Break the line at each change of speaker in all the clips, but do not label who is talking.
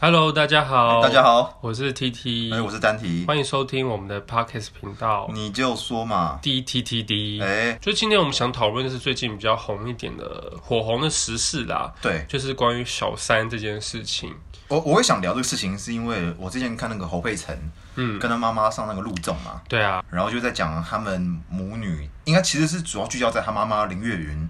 Hello，大嗯家好，
哎大家
好，
好，
我是 TT，
哎，我是丹提，
欢迎收听我们的 Podcast 频道
你就说嘛，
DTTD。
哎，
就今天我们想讨论的是最近比较红一点的火红的时事啦，
对
就是关于小三这件事情。
我我会想聊这个事情，是因为我之前看那个侯佩岑，
嗯，
跟他妈妈上那个陆综嘛，
对啊，
然后就在讲他们母女，应该其实是主要聚焦在他妈妈林月云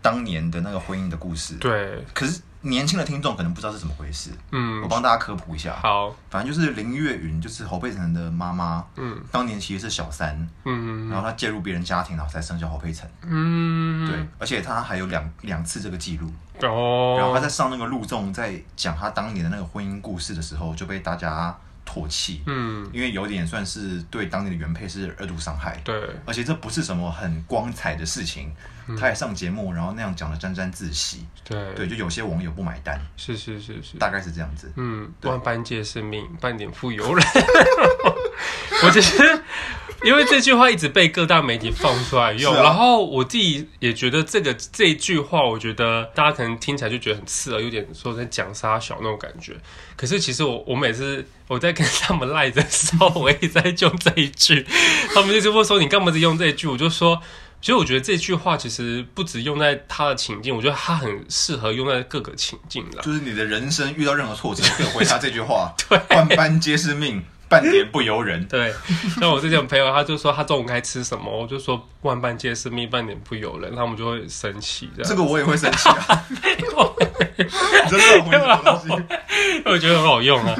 当年的那个婚姻的故事。
对，
可是年轻的听众可能不知道是怎么回事，我
嗯，
帮大家科普一下，
好，
反正就是林月云就是侯佩岑的妈妈，
嗯
当年其实是小三，
嗯
然后她介入别人家庭，然后才生下侯佩岑。
嗯，
对，而且她还有两两次这个记录。
对，哦，
然后他在上那个陆综，在讲他当年的那个婚姻故事的时候，就被大家唾弃，
嗯，
因为有点算是对当年的原配是二度伤害，
对，
而且这不是什么很光彩的事情。他也上节目，然后那样讲的沾沾自喜，
嗯对，
对，就有些网友不买单，
是是是是，
大概是这样子。
嗯，
对
万般皆是命，半点富由人。 我只是因为这句话一直被各大媒体放出来用，
是啊
然后我自己也觉得这个这一句话，我觉得大家可能听起来就觉得很刺耳，有点说在讲傻小那种感觉。可是其实我我每次我在跟他们赖的时候，我一直在用这一句， 他们就是会说你干嘛一直用这一句，我就说。其实我觉得这句话其实不只用在他的情境，我觉得它很适合用在各个情境啦。
就是你的人生遇到任何 挫折，可以回答这句话：万般皆是命，半点不由人。
对，像我之前有朋友，他就说他中午该吃什么，我就说万般皆是命，半点不由人，他们就会生气这
这
样。
个我也会生气啊！你真的很会这种 东西。
我觉得很好用啊。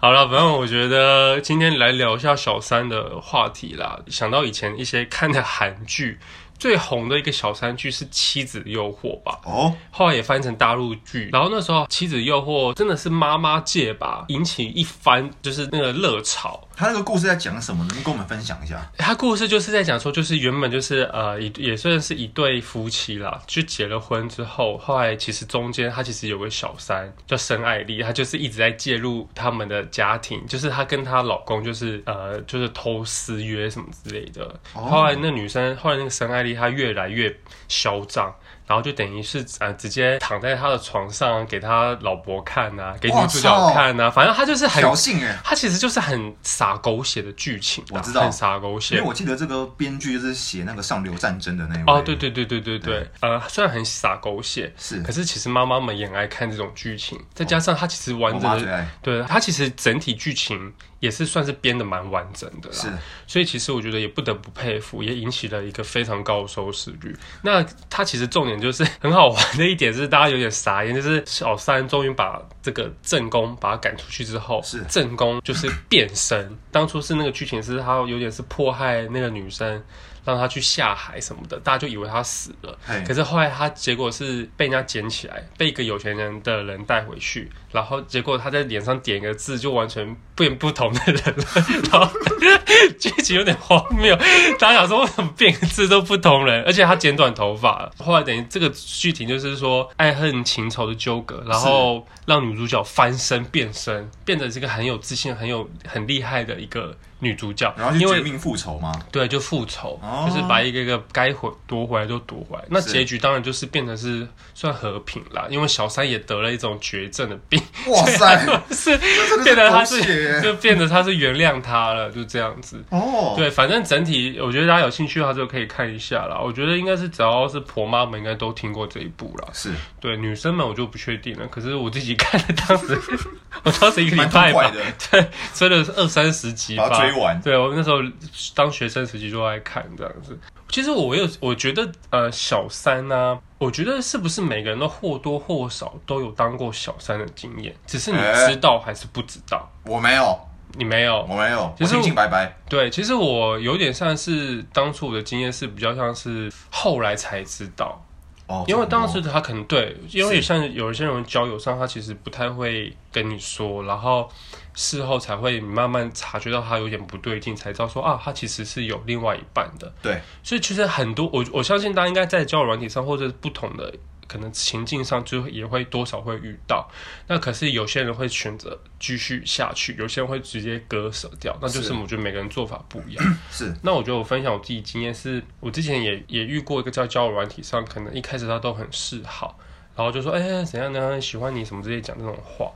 好了，反正我觉得今天来聊一下小三的话题啦。想到以前一些看的韩剧，最红的一个小三剧是《妻子诱惑》吧。
哦，
后来也翻成大陆剧，然后那时候《妻子诱惑》真的是妈妈界吧，引起一番就是那个热潮。
他那个故事在讲什么？能不能跟我们分享一下？
他故事就是在讲说，就是原本就是呃，一也算是一对夫妻啦，就结了婚之后，后来其实中间他其实有个小三叫申爱丽，她就是一直在介入他们的家庭，就是她跟她老公就是呃就是偷私约什么之类的。
哦
后来那女生，后来那个申爱丽她越来越嚣张。然后就等于是呃，直接躺在他的床上给他老婆看啊，给女主角
哇操
看啊，反正他就是很
挑衅哎、
它其实就是很洒狗血的剧情啦，
我知道
很洒狗
因为
血。
我记得这个编剧就是写那个上流战争的那一位
哦，对，对对对对对，呃，虽然很洒狗血，
是
可是其实妈妈们也很爱看这种剧情，再加上它其实完
我妈
整
最
的，
爱
对它其实整体剧情也是算是编的蛮完整的啦。
是
所以其实我觉得也不得不佩服，也引起了一个非常高的收视率。那它其实重点就是很好玩的一点是，大家有点傻眼，就是小三终于把这个正宫把他赶出去之后，
是
正宫就是变身。当初是那个剧情是他有点是迫害那个女生。让她去下海什么的，大家就以为她死了
嘿。
可是后来她结果是被人家捡起来，被一个有钱人的人带回去，然后结果她在脸上点一个字，就完全变不同的人了。 然后剧情有点荒谬，大家想说为什么变个字都不同人，而且他剪短头发了。后来等于这个剧情就是说爱恨情仇的纠葛，然后让女主角翻身变身，变成这个很有自信、很有很厉害的一个女主角。
然后就
因
绝
为
命复仇嘛，
对，就复仇，
哦
就是把一个一个该回夺回来就夺回来。那
是
结局当然就是变成是算和平啦，因为小三也得了一种绝症的病，
哇塞，
是
真的是
变得他
狗血
是
耶
就变得他是原谅他了，就这样子。
哦，，
对，反正整体我觉得大家有兴趣的话就可以看一下啦。我觉得应该是只要是婆妈们应该都听过这一部啦。
是
对，女生们我就不确定了。可是我自己看的当时， 我当时一个礼
蛮
拜
痛快
吧，
的，
对，追了二三十集吧，
把它追完
对我那时候当学生时期就爱看这样子。其实我有，我觉得呃，小三呢、我觉得是不是每个人都或多或少都有当过小三的经验，只是你
哎
知道还是不知道，
我没有，
你没有。
我没有，
其
我
实我
清清白白，
对，其实我有点像是当初我的经验是比较像是后来才知道，
哦，
因为
这么
当时
多
他可能对，因为
是
像有一些人交友上，哦他其实不太会跟你说，然后事后才会慢慢察觉到他有点不对劲，才知道说啊，他其实是有另外一半的。
对
所以其实很多我我相信大家应该在交友软体上或者不同的可能情境上，就也会多少会遇到。那可是有些人会选择继续下去，有些人会直接割舍掉，那就是
是
我觉得每个人做法不一样。
是
那我觉得我分享我自己经验是，我之前也也遇过一个叫交友软体上，可能一开始他都很示好，然后就说哎、怎样怎样喜欢你什么之类讲这种话，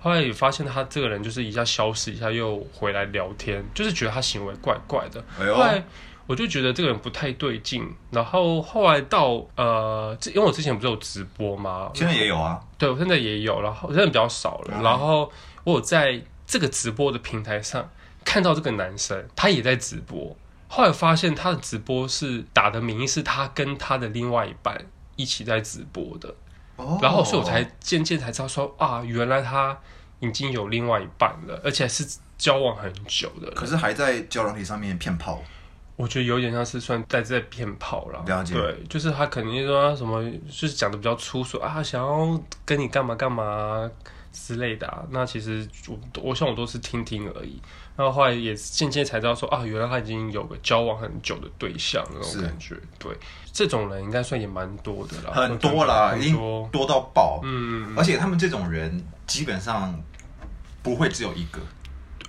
后来也发现他这个人就是一下消失，一下又回来聊天，就是觉得他行为怪怪的。
哎
后来
呦，
我就觉得这个人不太对劲，然后后来到呃，这因为我之前不是有直播吗？
现在也有啊，
对，我现在也有，然后现在比较少了。
嗯
然后我有在这个直播的平台上看到这个男生，他也在直播。后来发现他的直播是打的名义是他跟他的另外一半一起在直播的，
哦
然后所以我才渐渐才知道说啊，原来他已经有另外一半了，而且是交往很久的人。
可是还在交友软体上面骗炮，
我觉得有点像是算在在骗炮啦，
了解
对，就是他肯定说他什么，就是讲的比较粗俗啊，想要跟你干嘛干嘛之类的、啊。那其实我我想我都是听听而已。然后后来也渐渐才知道说啊，原来他已经有个交往很久的对象那种
是
感觉。对，这种人应该算也蛮多的啦，
很多啦，
我啊觉得很
已经
多。
多到爆。
嗯，
而且他们这种人基本上不会只有一个，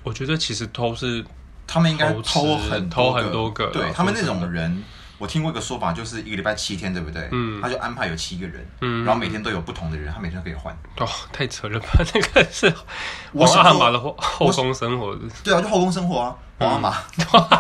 我觉得其实都是
他们应该
偷吃
偷很
偷
多
很多个
对
啦
他们
说
那
真的
种人，我听过一个说法，就是一个礼拜七天，对不对？
嗯
他就安排有七个人，
嗯
然后每天都有不同的人，他每天都可以换。
哦，太扯了吧，那个是
我
皇
想
阿
说
玛的后后宫生 活，
对啊，就后宫生活啊，皇阿 玛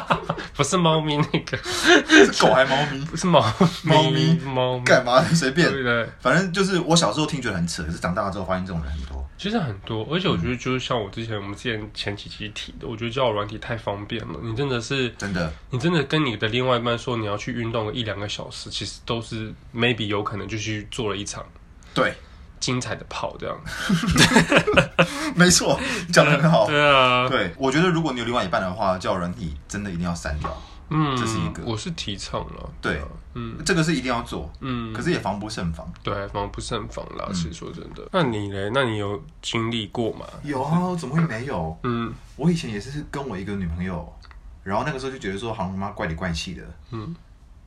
不是猫咪那个。
是狗还猫咪，
不是猫
猫咪
猫咪，
干嘛 随便？
嗯对对，
反正就是我小时候听觉得很扯，可是长大之后发现这种人很多。
其实很多，而且我觉得就是像我之前我们之前前几期提的，我觉得交友软体太方便了，你真的是
真的，
你真的跟你的另外一半说你要去运动个一两个小时，其实都是 maybe 有可能就去做了一场
对，
精彩的跑这样。
没错，你讲的很好。
对啊，
对，我觉得如果你有另外一半的话，叫人体真的一定要删掉，
嗯，
这是一个
我是提倡了。
对
啊，嗯
这个是一定要做，
嗯，
可是也防不胜防。
对，防不胜防啦。其实说真的，那你嘞？那你有经历过吗？
有啊，怎么会没有？
嗯
我以前也是跟我一个女朋友，然后那个时候就觉得说，好像妈怪里怪气的，
嗯，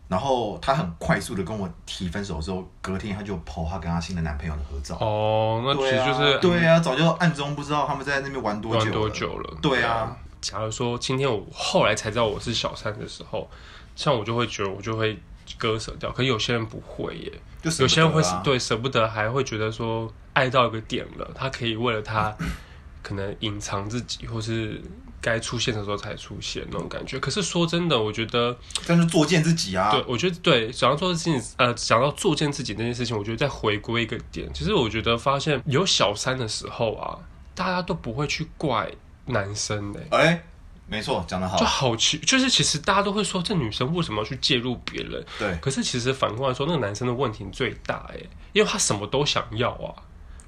然后她很快速的跟我提分手之后，隔天她就 po 她跟她新的男朋友的合照。
哦，那其
对
实
啊，
就是嗯
对啊，早就暗中不知道他们在那边玩多久
玩
了
多久了？
对啊，
假如说今天我后来才知道我是小三的时候，像我就会觉得我就会割舍掉，可是有些人不会耶，
就舍
有
不
些
得啊
人会对舍不得，还会觉得说爱到一个点了，他可以为了他 可能隐藏自己，或是该出现的时候才出现那种感觉。可是说真的，我觉得
但是作践自己啊。
对，我觉得对，想要做自己，呃，想要作践自己那件事情，我觉得再回归一个点，其实我觉得发现有小三的时候啊，大家都不会去怪男生嘞、
哎、没错，讲得好
就。好奇，就是其实大家都会说这女生为什么要去介入别人，
对
可是其实反过来说，那个男生的问题最大哎、因为他什么都想要啊，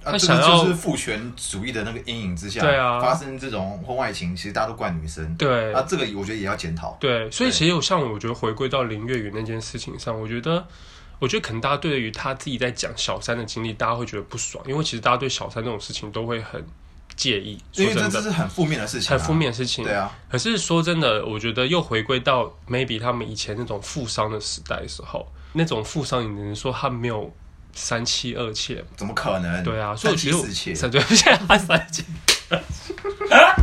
啊
他
这
想
个
要
就是父权主义的那个阴影之下，
对啊
发生这种婚外情，其实大家都怪女生。
对
啊，这个我觉得也要检讨。
对，所以
对
其实有像我觉得回归到林月云那件事情上，我觉得，我觉得可能大家对于他自己在讲小三的经历，大家会觉得不爽，因为其实大家对小三这种事情都会很介意，说
因为这
真
这
的，
是很负面的事情、啊，
很负面的事情。
对啊，
可是说真的，我觉得又回归到 maybe 他们以前那种富商的时代的时候，那种富商你能说他没有三妻二妾吗
怎么可能？
对啊，所以我觉得我
嗯三妻四妾
三对，现在他三姐，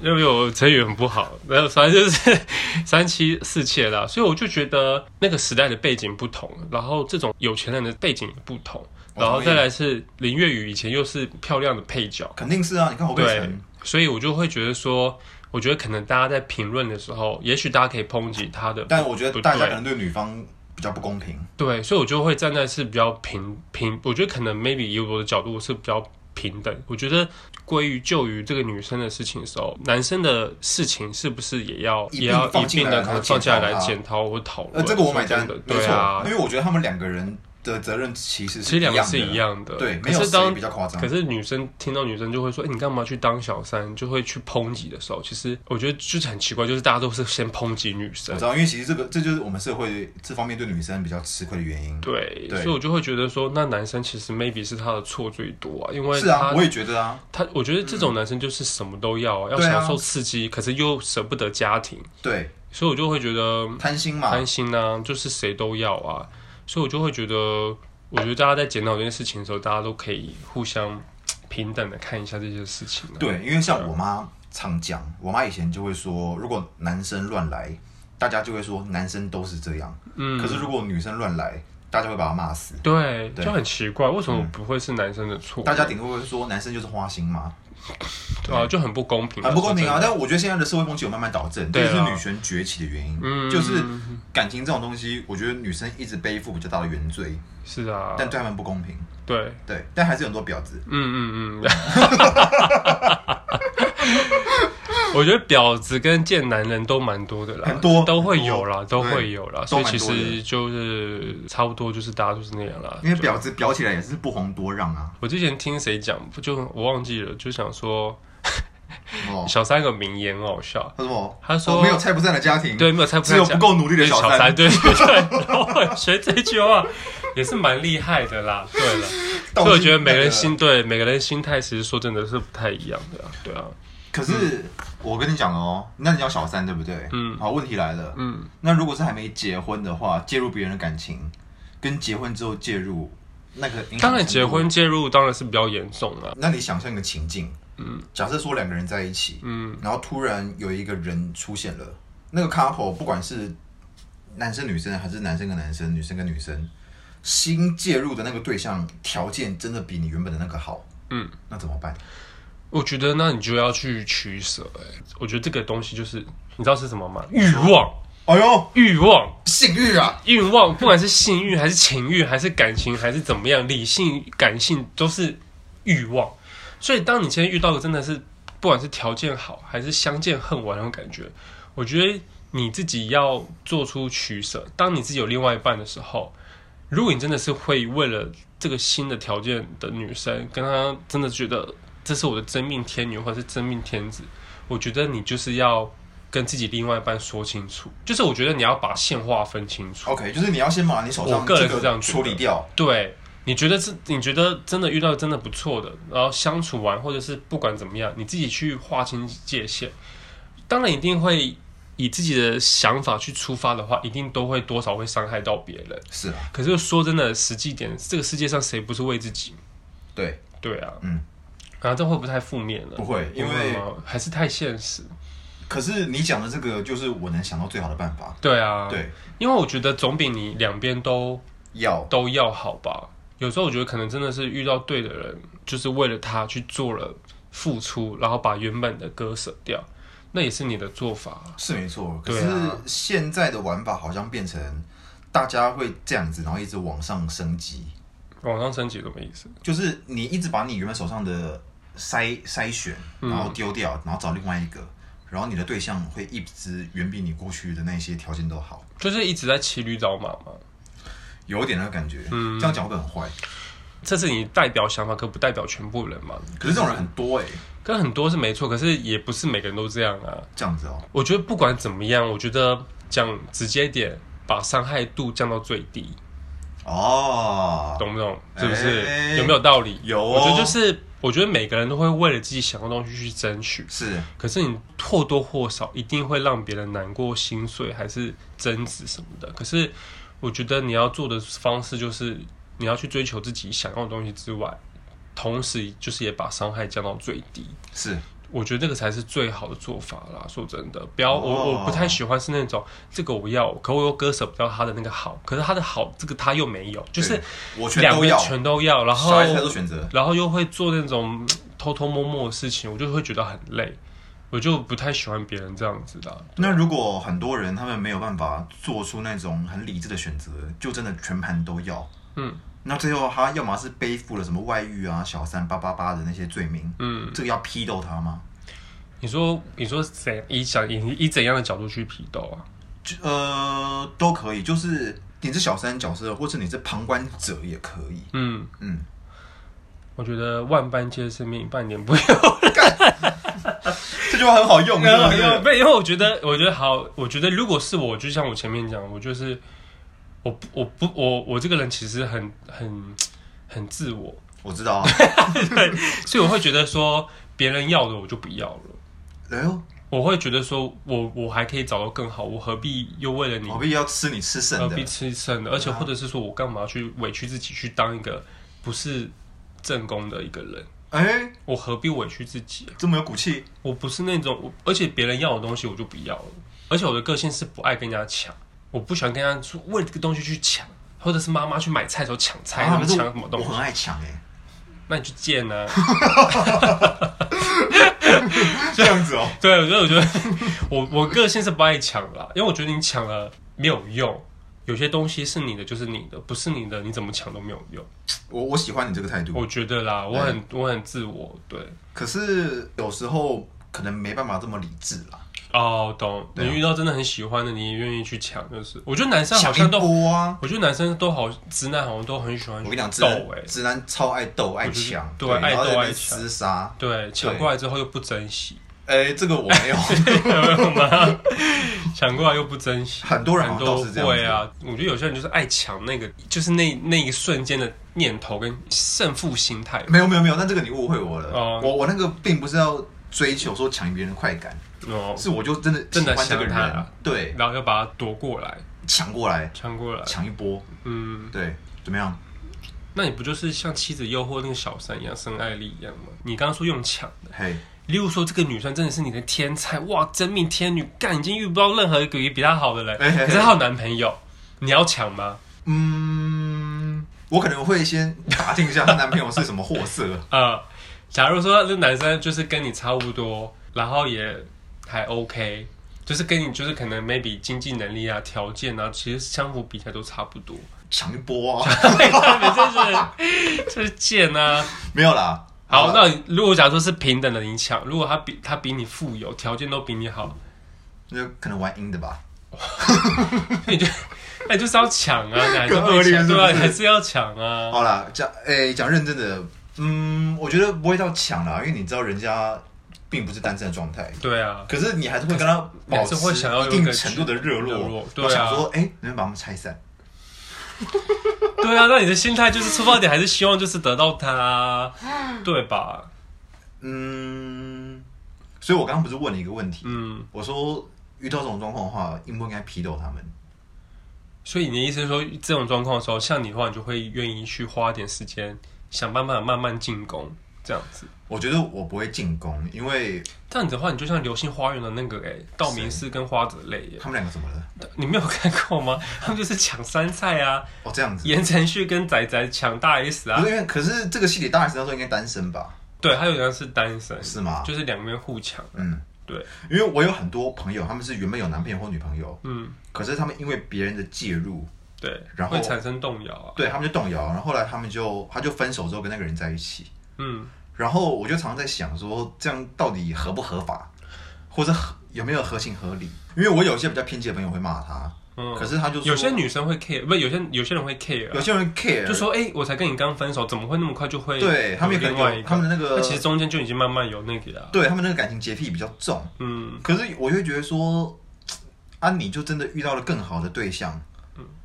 因为我成语很不好，然后反正就是三妻四妾啦，所以我就觉得那个时代的背景不同，然后这种有钱人的背景也不同，
我同意
然后再来是林月雨以前又是漂亮的配角，
肯定是啊。你看侯佩
对
岑，，
所以我就会觉得说，我觉得可能大家在评论的时候，也许大家可以抨击他的，
但我觉
不
得大家
对
可能对女方比较不公平。
对，所以我就会站在是比较平平，我觉得可能 maybe 以我的角度是比较平等。我觉得归于就于这个女生的事情的时候，男生的事情是不是也要
一
也
并
要
放
一
进
并的
来然
可
后
能放下来
检讨他
检讨或讨
呃，
论？
这个我买
说真
单
的，
没
对
错，
啊
因，为我觉得他们两个人的责任其实
其
是
实两个
一样的
是一样的，
对，
可
没有
是当
谁比较夸张
可。是女生听到女生就会说：“哎、你干嘛去当小三？”就会去抨击的时候，其实我觉得就是很奇怪，就是大家都是先抨击女生
我知，道，因为其实这个这就是我们社会这方面对女生比较吃亏的原因。
对，
对
所以我就会觉得说，那男生其实 maybe 是他的错最多啊，因为
是啊
他，
我也觉得啊，
他，我觉得这种男生就是什么都要，要
对啊
享受刺激，可是又舍不得家庭，
对，
所以我就会觉得
贪心嘛，
贪心啊，就是谁都要啊，所以我就会觉得，我觉得大家在检讨这件事情的时候，大家都可以互相平等的看一下这些事情、啊。，
对，因为像我妈常讲，我妈以前就会说，如果男生乱来，大家就会说男生都是这样。
嗯
可是如果女生乱来，大家会把他骂死。
对，
对嗯
就很奇怪，为什么不会是男生的错？
大家顶多会说男生就是花心嘛，
对啊，就很不公平，
很不公平啊！
说真的。
但我觉得现在的社会风气有慢慢导正，这
对啊
就是女权崛起的原因。
嗯
就是感情这种东西，我觉得女生一直背负比较大的原罪，
是啊，
但对他们不公平。
对，
对，但还是有很多婊子。
嗯嗯嗯。嗯 我觉得婊子跟贱男人都蛮多的啦，
很多
都会有啦，
很
都
多
会有啦，
对
所以其
都蛮多
实
的
就是差不多，就是大家都是那样啦。
因为
就
婊子婊起来也是不遑多 让啊。
我之前听谁讲，就我忘记了，就想说
哦，
小三有个名言很好笑，
他说什么？哦
他说
我没有拆不散的家庭，
对，，没有猜不
只有
太讲
不够努力的
对
小
小
三
三，。对对对。 然后我学这句话也是蛮厉害的啦，对了。
但
所以我觉得
是
每个人
那
心对每个人心态，其实说真的是不太一样的啊，对啊，
可是我跟你讲哦，那你叫小三对不对？
嗯
好，问题来了，
嗯，
那如果是还没结婚的话，介入别人的感情，跟结婚之后介入，那个影响
当然
程度
结婚，介入当然是比较严重啊了，
那你想象一个情境，嗯，假设说两个人在一起，
嗯，
然后突然有一个人出现了，那个 couple 不管是男生女生还是男生跟男生，女生跟女生，新介入的那个对象条件真的比你原本的那个好，
嗯，
那怎么办？
我觉得那你就要去取舍、哎，我觉得这个东西就是你知道是什么吗？欲望，
哎呦，
欲望。
性欲啊，
欲望，不管是性欲还是情欲，还是感情，还是怎么样，理性、感性都是欲望。所以，当你今天遇到的真的是，不管是条件好，还是相见恨晚那种感觉，我觉得你自己要做出取舍。当你自己有另外一半的时候，如果你真的是会为了这个新的条件的女生，跟她真的觉得这是我的真命天女或者是真命天子，我觉得你就是要。跟自己另外一半说清楚，就是我觉得你要把线划分清楚。
OK，就是你要先把你手
我
上
个人
这
是这样
个
觉得
处理掉。
对，你觉得是？你觉得真的遇到真的不错的，然后相处完，或者是不管怎么样，你自己去划清界限。当然，一定会以自己的想法去出发的话，一定都会多少会伤害到别人。
是啊，
可是说真的，实际点，这个世界上谁不是为自己？
对，
对啊，
嗯，
啊，这会不会太负面了？
不会因为
不会吗还是太现实。
可是你讲的这个，就是我能想到最好的办法。
对啊，，
对，
因为我觉得总比你两边都
要
都要好吧。有时候我觉得可能真的是遇到对的人，就是为了他去做了付出，然后把原本的割舍掉，那也是你的做法。
是没错。可
对
是
啊
现在的玩法好像变成大家会这样子，然后一直往上升级，
往上升级什么意思？
就是你一直把你原本手上的筛筛选，
嗯
然后丢掉，然后找另外一个，然后你的对象会一直远比你过去的那些条件都好，
就是一直在骑驴找马嘛。
有一点那个感觉。
嗯
这样讲会不会很坏？
这是你代表想法，可不代表全部人嘛。
可是这种人很多哎、
跟很多是没错，可是也不是每个人都这样啊。
这样子哦、
我觉得不管怎么样，我觉得讲直接一点，把伤害度降到最低，
哦，
懂不懂？是不是？
哎
有没有道理？
有哦
我觉得就是，我觉得每个人都会为了自己想要的东西去争取。
是
可是你或多或少一定会让别人难过、心碎，还是争执什么的。可是我觉得你要做的方式就是，你要去追求自己想要的东西之外，同时就是也把伤害降到最低。
是，
我觉得这个才是最好的做法啦。说真的，不要我
哦
我不太喜欢是那种这个我要，可我又割舍不掉他的那个好，可是他的好这个他又没有，就是
对我全
两
都
个
要，
全都要，然后
小孩子太多选择。
然后又会做那种嗯偷偷摸摸的事情，我就会觉得很累，我就不太喜欢别人这样子的啊。
那如果很多人他们没有办法做出那种很理智的选择，就真的全盘都要，
嗯，
那最后他要么是背负了什么外遇啊、小三八八八的那些罪名，
嗯，
这个要批斗他吗？
你说你说怎以想以以怎样的角度去批斗啊？
就呃，都可以，就是你是小三角色，或是你是旁观者也可以，
嗯，
嗯，
我觉得万般皆是命，半点不要。
这句话很 好 用，是不是？
对，因为我觉得我觉得好，我觉得如果是我，就像我前面讲，我就是我不我不我我这个人其实很很很自我，
我知道 啊，
所以我会觉得说别人要的我就不要了。
哎呦，
我会觉得说我我还可以找到更好，我何必又为了你
何必要吃你吃剩
何
的
呃必？吃剩的？而且或者是说我干嘛去委屈自己去当一个不是正宫的一个人？
哎，
我何必委屈自己啊？
这么有骨气，
我不是那种，我而且别人要的东西我就不要了。而且我的个性是不爱跟人家抢，我不喜欢跟人家说为了这个东西去抢。或者是妈妈去买菜的时候抢菜，他
啊可
哎们
是
抢
我
什么东
我
西
很？爱抢哎，
那你去啊见呢、
这样子哦，
对，所以我觉得我我个性是不爱抢啦，因为我觉得你抢了没有用，有些东西是你的就是你的，不是你的你怎么抢都没有用。
我我喜欢你这个态度，
我觉得啦，我很我很自我，对。
可是有时候可能没办法这么理智啦，
哦，懂。你
对啊
遇到真的很喜欢的，你也愿意去抢，就是我觉得男生好
抢
像
一
都，
波啊。
我觉得男生都好，直男好像都很喜欢去
我跟你讲，直
斗
男
哎、
直男超爱斗爱抢，
对爱
然后
斗
在那
爱
边
抢
厮杀。
对，抢过来之后又不珍惜，
哎，这个我没有，
有吗？抢过来又不珍惜，
很多人
很
好像
多
都是这样
会
子。
啊。我觉得有些人就是爱抢那个，就是那那一瞬间的念头跟胜负心态。
没有没有没有，那这个你误会我了。
哦
我我那个并不是要追求说抢别人的快感，
哦，
是我就真的
真的
喜欢这个
想他啊
人，对，
然后要把它夺过来，
抢过来，
抢过来。
抢一波，
嗯，
对，怎么样？
那你不就是像妻子诱惑那个小三一样，深爱力一样吗？你刚刚说用抢的，
嘿，
例如说这个女生真的是你的天才，哇，真命天女，干已经遇不到任何一个比她好的人，
哎哎哎
可是她有男朋友，你要抢吗？
嗯，我可能会先打听一下她男朋友是什么货色，
呃，假如说那男生就是跟你差不多，然后也还 OK，就是跟你就是可能 maybe 经济能力啊、条件啊，其实相互比起来都差不多。
抢一波啊，
对，就是就是贱啊！
没有啦。
好，
啊
那你如果假如说是平等的，你抢；如果他比他比你富有，条件都比你好，
那可能玩阴的吧。
那你就那你就是要抢 啊，你还是
更恶
会
劣
抢，
是不是
对啊，你还是要抢啊。
好啦，讲诶讲认真的，嗯，我觉得不会到抢啦，因为你知道人家并不是单身的状态，
对啊，
可是你还是会跟他
你还
保
是
持
会想要有
一
一个
定程度的热
热
络
络，对啊
我想说，诶，能不能把我们拆散？
对啊，那你的心态就是出发点还是希望就是得到他啊，对吧？
嗯，所以我刚刚不是问了一个问题，
嗯，
我说遇到这种状况的话，应不应该批斗他们？
所以你的意思是说，这种状况的时候，像你的话，你就会愿意去花点时间，想办法慢慢进攻这样子。
我觉得我不会进攻，因为
这样子的话，你就像《流星花园》的那个哎、道明寺跟花泽类耶，
他们两个怎么了？
你没有看过吗？ 他们就是抢山菜啊，
哦，这样子，
言承旭跟仔仔抢大 S
不
啊
是，因为可是这个戏里大 S 那时候应该单身吧？
对，还有人是单身，
是吗？
就是两边互抢。
嗯，
对，
因为我有很多朋友，他们是原本有男朋友或女朋友，
嗯，
可是他们因为别人的介入，
对，
然后
会产生动摇啊，
对他们就动摇，然后后来他们就他就分手之后跟那个人在一起，
嗯，
然后我就常常在想说，这样到底合不合法，或者合有没有合情合理？因为我有一些比较偏激的朋友会骂他，
嗯
可是他就说
有些女生会 care，不，有些有些人会 care，
有
啊、
些人 care，
就说哎、我才跟你刚分手，怎么会那么快就会
对他们
有
也可
另
能
外
有
一
他
个？
们的那
那
个
其实中间就已经慢慢有那个了、
对他们那个感情洁癖比较重，
嗯，
可是我就会觉得说，啊，你就真的遇到了更好的对象，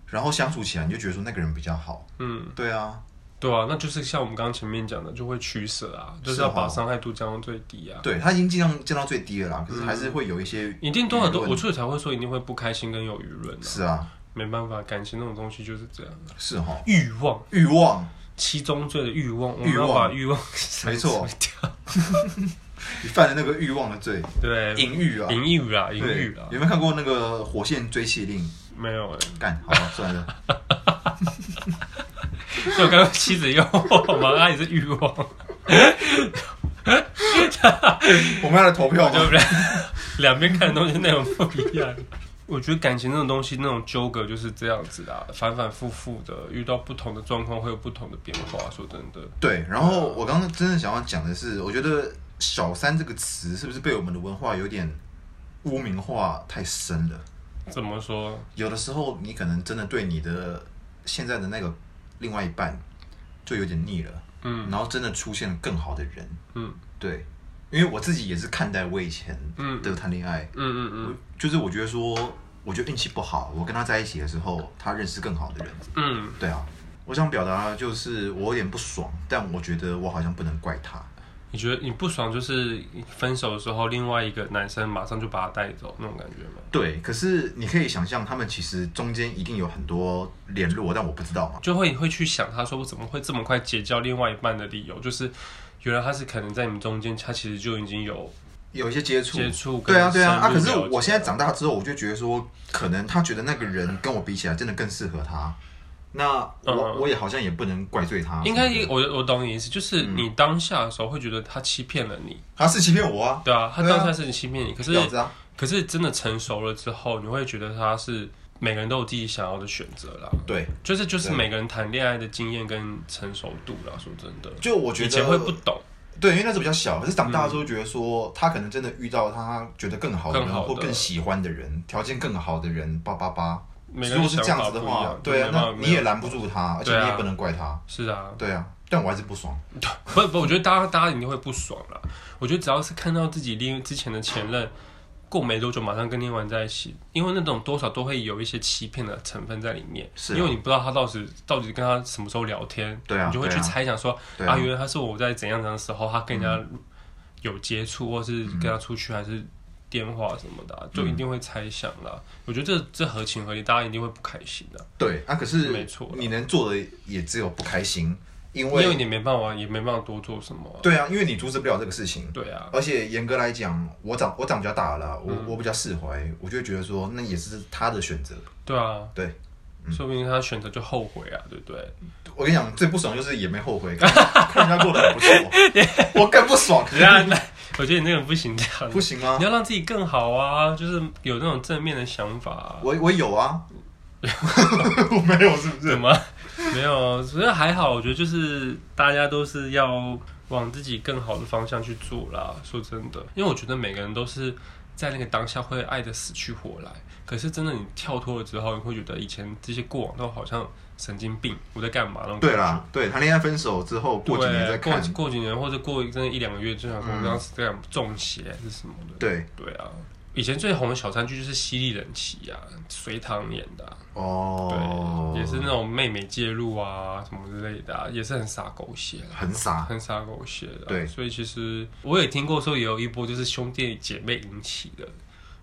然后相处起来你就觉得说那个人比较好，
嗯，
对啊，
对啊，那就是像我们刚刚前面讲的，就会取舍啊，就是要
是哦
把伤害度降到最低啊。
对他已经尽量降到最低了啦，可是还是会有一些
一定多少都，
舆
我
论
所以才会说一定会不开心跟有舆论啊，
是啊，
没办法，感情那种东西就是这样啊，
是哈，
欲望。
欲望
七宗罪的欲望，我们
欲望
要把欲望
没
删除
错
掉
你犯了那个欲望的罪，
对，
淫欲啊，
淫欲啦，淫
对
欲啦
有，没有看过那个《火线追妻令
没有哎、》？
干，好了，算了，
所以我刚刚妻子诱惑嘛，那也是欲望，
我们要来投票
对
吗？
不对？两边看的东西内容不一样。我觉得感情那种东西，那种纠葛就是这样子啦，反反复复的，遇到不同的状况会有不同的变化。说真的，
对，然后我刚刚真正想要讲的是，我觉得“小三”这个词是不是被我们的文化有点污名化太深了？
怎么说？
有的时候你可能真的对你的现在的那个另外一半就有点腻了，
嗯
然后真的出现了更好的人，
嗯
对，因为我自己也是看待我以前
嗯
的谈恋爱，
嗯嗯嗯
我就是我觉得说，我觉得运气不好，我跟他在一起的时候，他认识更好的人。
嗯，
对啊，我想表达的就是我有点不爽，但我觉得我好像不能怪他。
你觉得你不爽就是分手的时候，另外一个男生马上就把他带走那种感觉吗？
对，可是你可以想象，他们其实中间一定有很多联络，但我不知道嘛。
就会会去想，他说我怎么会这么快结交另外一半的理由，就是原来他是可能在你们中间，他其实就已经有
有一些接触，
接触跟
对啊，对啊，啊！
深入
可是
了解
我现在长大之后，我就觉得说，可能他觉得那个人跟我比起来，真的更适合他。那我、
嗯
我也好像也不能怪罪他，
应该
什么的
我我懂你意思，就是你当下的时候会觉得他欺骗了你，
他是欺骗我啊，
对啊，他
对啊
当下是欺骗你，可是
婊子啊，
可是真的成熟了之后，你会觉得他是每个人都有自己想要的选择啦，
对，
就是就是
对
每个人谈恋爱的经验跟成熟度啦，说真的，
就我觉得
以前会不懂，
对，因为那时候比较小，可是长大之后觉得说，他可能真的遇到他觉得更好的人，
更好的
或更喜欢的人，条件更好的人，叭叭叭。
每个
如
人
果是
想
这样
法
子
不
的
一
话
样，，
对啊，
没办
那
法
你也拦不住他，而且你
对
也
啊
不能怪他，
是啊，
对啊。但我还是不爽，
不不，我觉得大家大家一定会不爽啦。我觉得只要是看到自己另之前的前任过没多久马上跟另外一半在一起，因为那种多少都会有一些欺骗的成分在里面，
是啊
因为你不知道他到时到底跟他什么时候聊天，
对啊
你就会去
对啊
猜想说
对啊嗯
原来他是我在怎样怎样的时候他跟人家有接触，或是跟他出去还是。电话什么的啊、就一
嗯
定会猜想啦。我觉得这这合情合理，大家一定会不开心的、
对啊。可是
没错啦
你能做的也只有不开心，因
因为
为
你没办法，也没办法多做什么啊、
对啊，因为你阻止不了这个事情。
对啊，
而且严格来讲，我长我长比较大了啦，我
嗯
我比较释怀，我就会觉得说，那也是他的选择。
对啊，
对，嗯
说不定他选择就后悔啊，对不 对？
我跟你讲，最不爽就是也没后 悔，看看人家过得很不错，我更不爽。
人家，我觉得你那个不行，这样
不行吗
你？要让自己更好啊，就是有那种正面的想法、啊。
我我 有啊，我没有是不是？
怎么 没有？啊所以还好，我觉得就是大家都是要往自己更好的方向去做啦。说真的，因为我觉得每个人都是在那个当下会爱的死去活来，可是真的你跳脱了之后，你会觉得以前这些过往都好像神经病，我在干嘛那种感
对
觉。
啦，对，谈恋爱分手之后，过几年再
对
看
过。过几年或者过真的一两个月，就想说
嗯
这样这样中邪还是什么的。
对，
对啊，以前最红的小三剧就是《犀利人妻》啊，隋唐演的啊、
哦，
对，也是那种妹妹介入啊什么之类的、啊，也是很傻狗血啦。
很傻，
很傻狗血的啊、
对
所以其实我也听过说，也有一波就是兄弟姐妹引起的，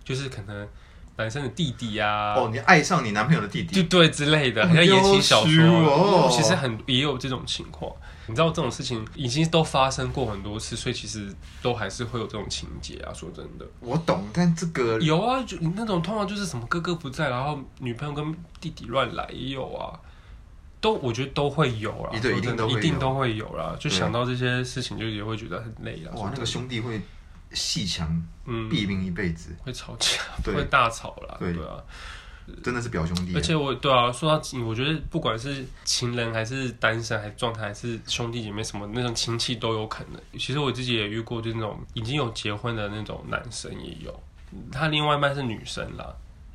就是可能男生的弟弟啊，
哦，你爱上你男朋友的弟
就
弟，
对之类的，很像言情小
丢
说啊
失哦，
其实很也有这种情况。你知道这种事情已经都发生过很多次，所以其实都还是会有这种情节啊。说真的，
我懂，但这个
有啊，就你那种通常就是什么哥哥不在，然后女朋友跟弟弟乱来也有啊，都我觉得都会有啦。
一对
说真的
一定都会有
一定都会有啦。就
对
想到这些事情，就也会觉得很累啊。说
哇，那
真
个
的
兄弟会戏强
嗯
毙命一辈子，
会吵架，
对
会大吵啦，
对
对啊。
真的是表兄弟
而。且我对啊，说到情，我觉得不管是情人还是单身，还是状态，还是兄弟姐妹什么那种亲戚都有可能。其实我自己也遇过，就那种已经有结婚的那种男生也有，他另外一半是女生啦。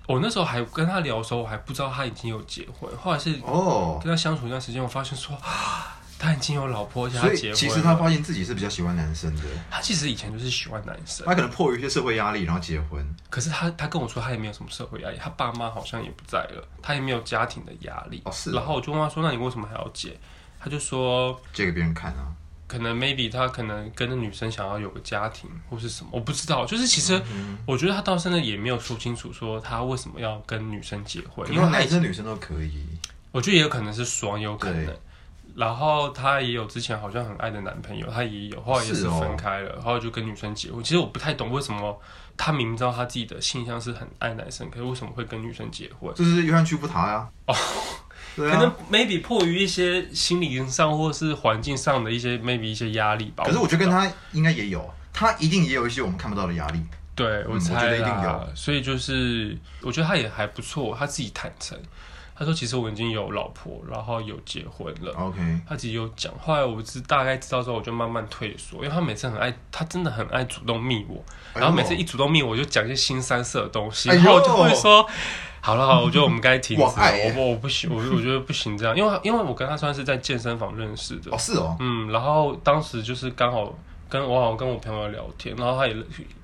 我那时候还跟他聊的时候，我还不知道他已经有结婚，后来是跟
哦，
他相处一段时间，我发现说啊他已经有老婆，而且他
所
结婚
以
了。
其实他发现自己是比较喜欢男生的，
他其实以前就是喜欢男生，
他可能迫于一些社会压力，然后结婚。
可是他他跟我说他也没有什么社会压力，他爸妈好像也不在了，他也没有家庭的压力。
哦是哦
然后我就问他说：“那你为什么还要结？”他就说
借给别人看啊，：“
可能 maybe 他可能跟那女生想要有个家庭或是什么，我不知道。就是其
嗯
实我觉得他到现在也没有说清楚说他为什么要跟女生结婚，
因
因
为
为他
男
已经
生女生都可以。
我觉得也有可能是双，也有可能
对。
然后他也有之前好像很爱的男朋友，他也有，后来也
是
是
哦
分开了，后来就跟女生结婚。其实我不太懂为什么他明知道他自己的性向是很爱男生，可是为什么会跟女生结婚？
这是约翰屈布塔呀、啊。哦，对
可能
啊。
maybe 迫于一些心理上或是环境上的一些 maybe 一些压力吧。
可是我觉得跟他应该也有，他一定也有一些我们看不到的压力。
对
嗯我
我
觉
猜
得一定
啦所以就是我觉得他也还不错，他自己坦诚，他说其实我已经有老婆，然后有结婚了。
OK，
他自己有讲，后来我知大概知道之后，我就慢慢退缩，因为他每次很爱，他真的很爱主动密我，
哎呦
然后每次一主动密我，我就讲一些新三色的东西，
哎呦
然后我就会说，好了好了，我觉得我们该停止了，
我爱欸
我不我不行，我我觉得不行这样，因为因为我跟他算是在健身房认识的
哦，，是哦，
嗯，然后当时就是刚好跟我好像跟我朋友聊天，然后他也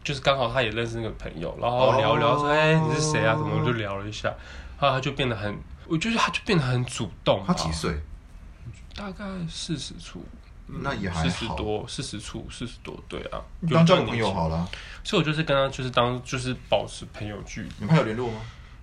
就是刚好他也认识那个朋友，然后聊聊说，
哦
哎、你是谁啊？什么我就聊了一下，然后他就变得很，我觉得他就变得很主动吧，
他几岁？
大概四十出，嗯
那也还
四十
好。
多，四十出，四十多，对啊，
当交
这个
个朋友
年纪，
好了，
所以我就是跟他就是当就是保持朋友距离，
你们还有联络吗？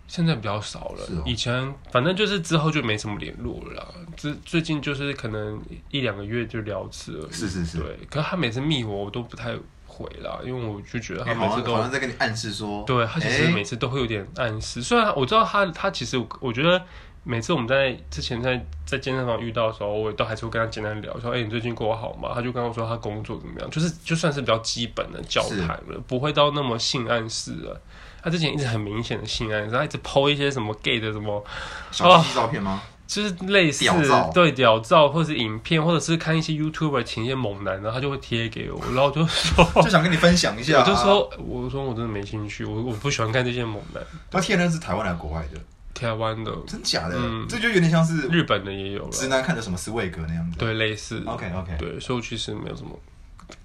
现在比较少了，
是哦
以前反正就是之后就没什么联络了啦，最最近就是可能一两个月就聊次而已，
是是是
对，可是他每次密我，我都不太回啦，因为我就觉得
因为
他每
哎好
次
像
都
好像在跟你暗示说，
对他其实
哎
每次都会有点暗示，虽然我知道他他其实我觉得每次我们在之前在在健身房遇到的时候，我也都还是会跟他简单聊，说：“哎、你最近过得好吗？”他就跟我说他工作怎么样，就是就算是比较基本的交谈了，不会到那么性暗示了。他之前一直很明显的性暗示，他一直剖一些什么 gay 的什么，
小鸡照片吗？
就是类似
屌照
对屌照，或是影片，或者是看一些 YouTuber 请一些猛男，然后他就会贴给我，然后我就说，
就想跟你分享一下、
哦我就，说，我说我真的没兴趣，我我不喜欢看这些猛男，
他贴的那是台湾还是国外的？
台湾的、
真假的？
嗯
这就有点像是
日本的也有
直
了，
男看的什么斯威格那样子。
对，类似。
，OK OK，
对，所以我其实没有什么，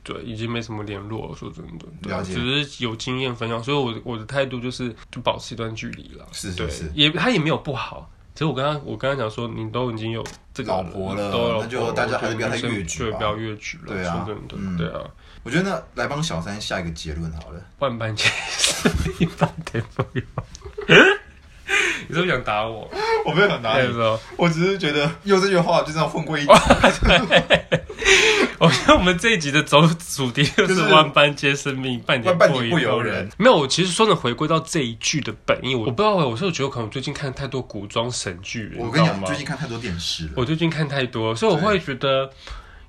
对，已经没什么联络了。说真的，对啊
了解
只是有经验分享，所以我的我的态度就是就保持一段距离了。
是是
对
是
也他也没有不好。其实我跟他，我跟他讲说，你都已经有这个
老婆了
都有老
那就
婆了
大家还
我
是不
觉
要
得
太
女生
越矩
对，
吧
不要越矩了。
对啊
说真的，
嗯
对啊，
我觉得那来帮小三下一个结论好了。
万般皆 是，一般得不用。 你是不是想打我？
我没有想打
那个
你，
时候，
我只是觉得用这句话就这样混过一，
我觉得我们这一集的走主题就
就是
是万般皆是命，半点
半点
不
不由
由
人。
没有，我其实说的回归到这一句的本意，我我不知道，我是觉得可能我最近看太多古装神剧了，
我跟你
知
讲，
道吗
最近看太多电视了。
我最近看太多，所以我会觉得。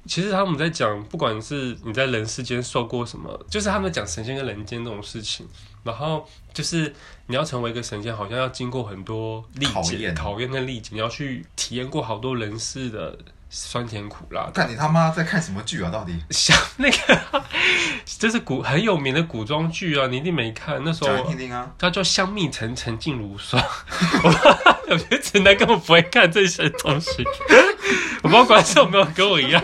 其实他们在讲，不管是你在人世间受过什么，就是他们讲神仙跟人间这种事情，然后就是你要成为一个神仙，好像要经过很多历
考
劫、
验
考验跟历劫，你要去体验过好多人世的酸甜苦辣。
看你他妈在看什么剧啊？到底
像那个啊，这是古很有名的古装剧啊，你一定没看。那时
讲来
候
听听啊！
它叫《香蜜沉沉烬如霜》，我 有些直男根本不会看这些东西。我不知道观众有没有跟我一样，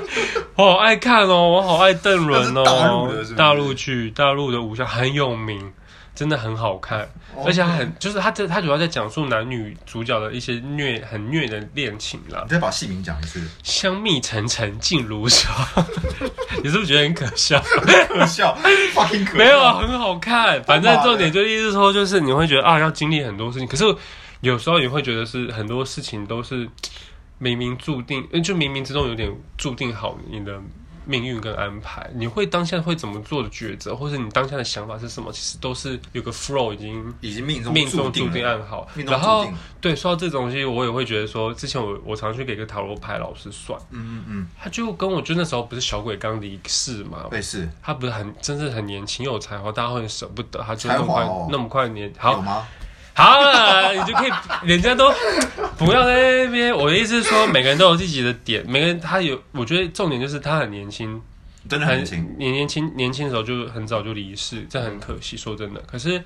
我好爱看哦，我好爱邓伦哦，
那是大陆的是不是
大陆剧、大陆的武侠很有名。真的很好看，
哦
而且它很就是它这它主要在讲述男女主角的一些虐很虐的恋情啦
你，再把戏名讲一次，
香蜜沉沉烬如霜， 你是不是觉得很可笑？
可笑，fucking 可笑。
没有，啊，很好看。反正重点就意思说，就是你会觉得啊，要经历很多事情，可是有时候你会觉得是很多事情都是冥冥注定，呃就冥冥之中有点注定好你的命运跟安排。你会当下会怎么做的抉择，或是你当下的想法是什么，其实都是有个 flow 已经
已经命中
命中
注
注定啊
定了
暗号。
命中
然
注
后
定了。
对，说到这种东西，我也会觉得说，之前我我常去给个塔罗牌老师算。
嗯嗯嗯，
他就跟我就那时候不是小鬼刚离世嘛，
对，是
他不是很真是很年轻又有才华，大家会很舍不得，他就
才
那么快、
华哦
那么快年
有
好
吗？
好了，你就可以，人家都不要在那边。我的意思是说，每个人都有自己的点，每个人他有，我觉得重点就是他很年轻，
真的很年轻，
年年轻年轻的时候就很早就离世，这很可惜。说真的，可是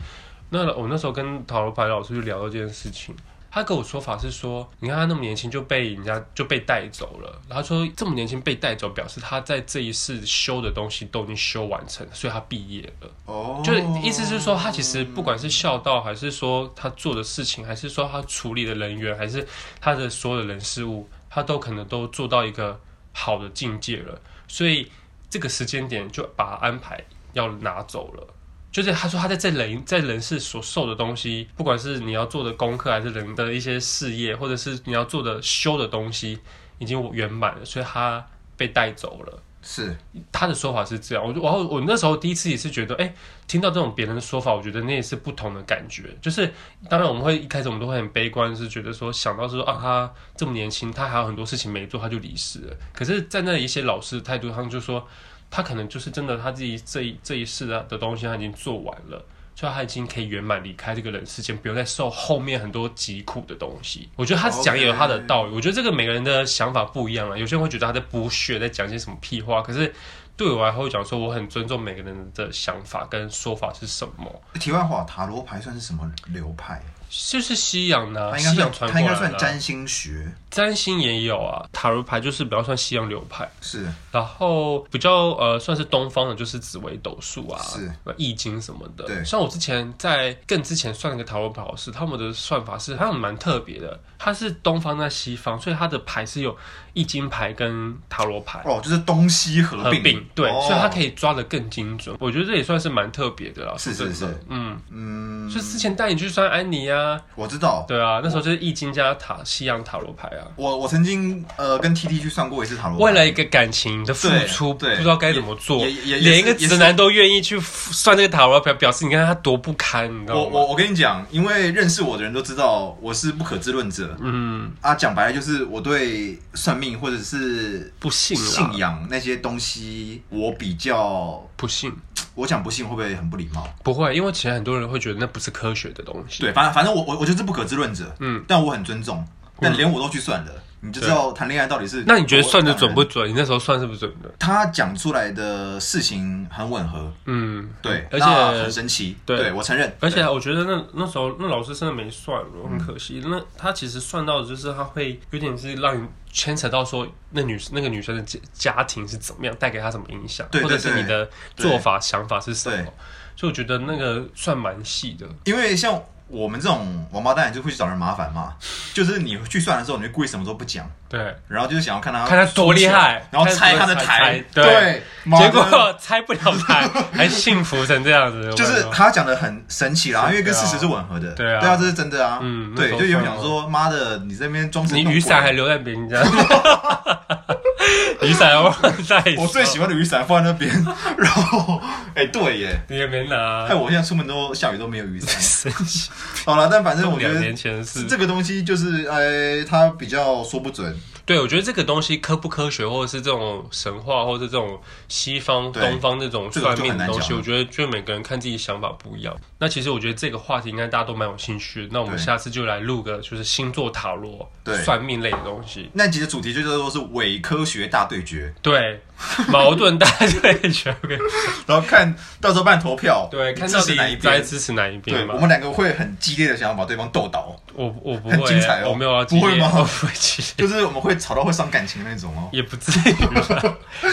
那我那时候跟塔罗牌老师去聊到这件事情，他跟我说法是说，你看他那么年轻就被人家就被带走了，然后说这么年轻被带走，表示他在这一世修的东西都已经修完成了，所以他毕业了。
哦，
就是意思是说，他其实不管是孝道，还是说他做的事情，还是说他处理的人员，还是他的所有的人事物，他都可能都做到一个好的境界了。所以这个时间点就把他安排要拿走了。就是他说他在这人在人世所受的东西，不管是你要做的功课，还是人的一些事业，或者是你要做的修的东西，已经圆满了，所以他被带走了。
是
他的说法是这样，我就然后我那时候第一次也是觉得，哎、听到这种别人的说法，我觉得那也是不同的感觉。就是当然我们会一开始我们都会很悲观，是觉得说想到是说啊，他这么年轻，他还有很多事情没做，他就离世了。可是站在一些老师的态度上，就说他可能就是真的他自己这一这一世的的东西他已经做完了。所以他已经可以圆满离开这个人世间，不用再受后面很多疾苦的东西。我觉得他讲也有他的道理。我觉得这个每个人的想法不一样啊了，有些人会觉得他在剥削，在讲些什么屁话。可是对我来说，我讲说我很尊重每个人的想法跟说法是什么，
题外话，塔罗牌算是什么流派？
就是西洋的啊、
它应该
西
算
洋传
它应
过
该
来
算
的啊、
占星学，
占星也有啊，塔罗牌就是比较算西洋流派，
是
然后比较呃算是东方的，就是紫微斗数啊，
是
呃易经什么的。
对
像我之前在更之前算了一个塔罗牌老师，他们的算法是他们蛮特别的，它是东方在西方，所以它的牌是有易经牌跟塔罗牌。
哦，就是东西合
合
并，哦
并嗯对，所以它可
以，
以抓得更精准。我觉得这也算是蛮特别的啦。
是
说
是
真的
是
嗯，
嗯，
就之前带你去算安妮啊，
我知道，
对啊，那时候就是易经加塔西洋塔罗牌啊。
我我曾经呃跟 T T 去算过一次塔罗牌，
为了一个感情的付出，不
哦对对
知道该怎么做，
也也也也
连一个
也是
直男都愿意去算这个塔罗牌，表示你看他多不堪，你知道
我
吗？
我我跟你讲，因为认识我的人都知道我是不可知论者、
嗯，
啊，讲白了就是我对算命或者是
不信啦
信仰那些东西，我比较
不信，
我讲不信会不会很不礼貌？
不会，因为其实很多人会觉得那不是科学的东西。
对，反正反正我我我就是不可知论者，
嗯，
但我很尊重，但连我都去算了，你就知道谈恋爱到底是
那你觉得算的准不
我？
准？你那时候算是不是准的？
他讲出来的事情很吻合，
嗯，
对，
而且
那很神奇，
对
我承认，
而且我觉得那那时候那老师真的没算，
嗯
很可惜。那他其实算到的就是他会有点是让你牵扯到说那女那个女生的家家庭是怎么样，带给她什么影响，
对对
或者是你的做法想法是什
对
么。所以我觉得那个算蛮细的，
因为像我们这种王八蛋就会去找人麻烦嘛，就是你去算的时候，你就故意什么都不讲，
对。
然后就是想要看他
看他多厉害
出糗然后猜他的
看
台，
他多厉害猜
妈
结
的
果 猜不了 牌，还幸福成这样子，
就是
我跟你说
他讲的很神奇啦，因为跟事实是吻合的，
对啊
对啊，这是真的啊，
嗯
对，
那时候
就有想说，妈的，你这边装神
你
弄
雨伞
鬼
还留在别人家， 雨伞忘带手，
我最喜欢的雨伞放在 那边，然后，哎、对耶，
你也没拿
哎，，我现在出门都下雨都没有雨 伞。
神奇，
好了，但反正我觉
两
得
年前的事
这个东西就是，哎，它比较说不准，
对，我觉得这个东西科不科学，或者是这种神话，或者是这种西方、
对
东方那种
这个
算
就
命
很
的
难
东西，
讲
我觉得就每个人看自己想法不一样。那其实我觉得这个话题应该大家都蛮有兴趣的。那我们
对
下次就来录个就是星座塔罗
对、
算命类的东西。
那集的主题就叫做是伪科学大对决，
对，矛盾大对 决。OK
然后看到时候办投票，
对，看
支
到
持
底
哪一
该
边。
支持哪一边
对，我
嘛？
们两个会很激烈的想要把对方斗 倒，
我我不
很
会
精彩
欸，
哦
我没有要
不会
激烈
吗
我不会激烈
就是我们会吵到会伤感情那种哦。
也不至于吧？你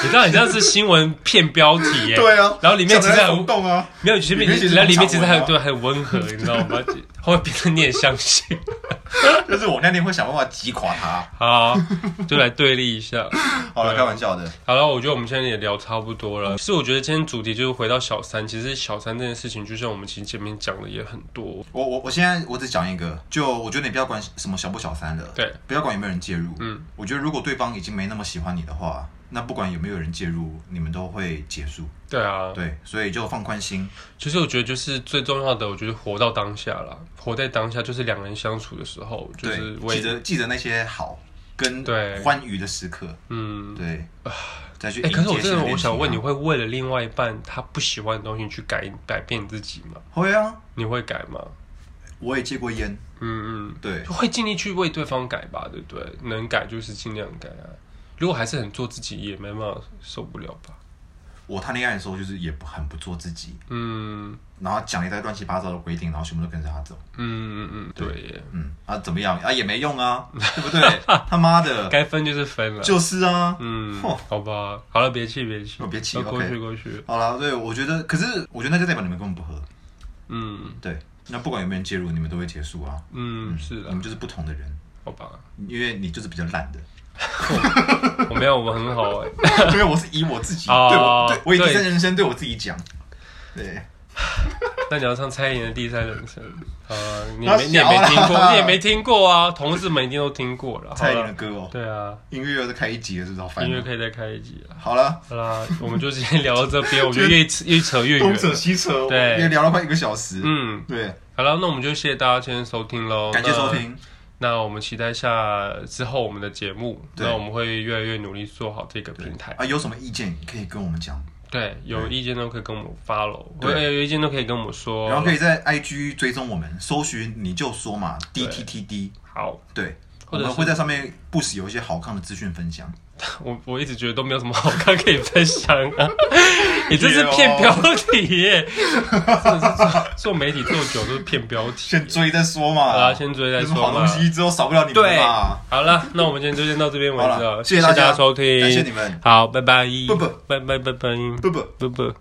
知道，你知道是新闻片标题耶？
对啊，
然后里面其
讲
实
得
很
很动啊，
没有，其实
里面其实
然后里面
很啊
其实还
常
对
温
很温和，你知道吗？ 后来变成你也相信，
就是我那天会想办法击垮他。
好，就来对立一下。
好了，
对
开玩笑的，
好了，我觉得我们现在也聊差不多了。其实我觉得今天主题就是回到小三，其实小三这件事情，就像我们其实前面讲的也很多，
我我我现在我只讲一个，就我觉得你不要管什么小不小三了，
对，
不要管有没有人介入，
嗯，
我觉得如果对方已经没那么喜欢你的话，那不管有没有人介入，你们都会结束，
对啊，
对，所以就放宽心，
其实我觉得就是最重要的，我觉得活到当下啦，活在当下就是两人相处的时候，就是
对，记
为
得记得那些好跟
对
欢愉的时刻，
嗯。
对，再去
哎、
迎接
可是我
新
真
的
的，我
恋情
想问，
啊
你，会为了另外一半他不喜欢的东西去改改变自己吗？
会啊，
你会改吗？
我也戒过烟，
嗯嗯，
对，
会尽力去为对方改吧，对不对？能改就是尽量改啊。如果还是很做自己，也没办法受不了吧？
我谈恋爱的时候就是也不很不做自己，
嗯
然后讲一堆乱七八糟的规定，然后全部都跟着他走，
嗯嗯嗯，对耶，
嗯，啊怎么样啊也没用啊，对不对？他妈的，
该分就是分了。
就是啊，
嗯
嚯，
好吧，好了，别气别气
哦，别气
要过
OK
去过去。
好了，对，我觉得，可是我觉得那就代表你们根本不合，
嗯
对，那不管有没有人介入，你们都会结束啊，
嗯，是
你
的
们，就是不同的人，
好吧。
因为你就是比较 烂的，
我没有，我很好哎。
因为我是以我自己，
哦
对我对我以第
对
三人称对我自己讲，对，
那你要唱蔡依林的《第三人称》啊？你
那
没你也没
小啦
听过，你也没听过啊？同事们一定都听过了。好
蔡依林的
了，
歌哦，
对啊，
音乐又在开一集了，是不是好烦
音
哦？
乐可以再开一集啊了。
好了，
好啦，我们就先聊到这边，我觉得越扯越扯越
东
远。
扯西扯，
对
也聊了快一个小时，
嗯，
对，
好了，那我们就谢谢大家今天收听喽，
感谢收。听，
那我们期待下之后我们的节目，
对
那我们会越来越努力做好这个平台。
啊，有什么意见可以跟我们讲，
对，有意见都可以跟我们 follow，
对
对，有意见都可以跟我们说。
然后可以在 IG 追踪我们，搜寻你就说嘛
对
，DTTD，
好，
对，
或
我
者
们
是
会在上面不时有一些好看的资讯分享。
我我一直觉得都没有什么好看可以分享 啊，你这是骗标题耶！真的是做做媒体做久都是骗标题。
先追再说嘛。
好啦啊先追再
有
说
什
嘛
么好东西之后少不了你们嘛。
好了，那我们今天就先到这边为
好
止
了
了，
谢谢
谢
大家
收听，
感谢你们
好，拜拜，
不不
拜拜拜拜
不不。
不不。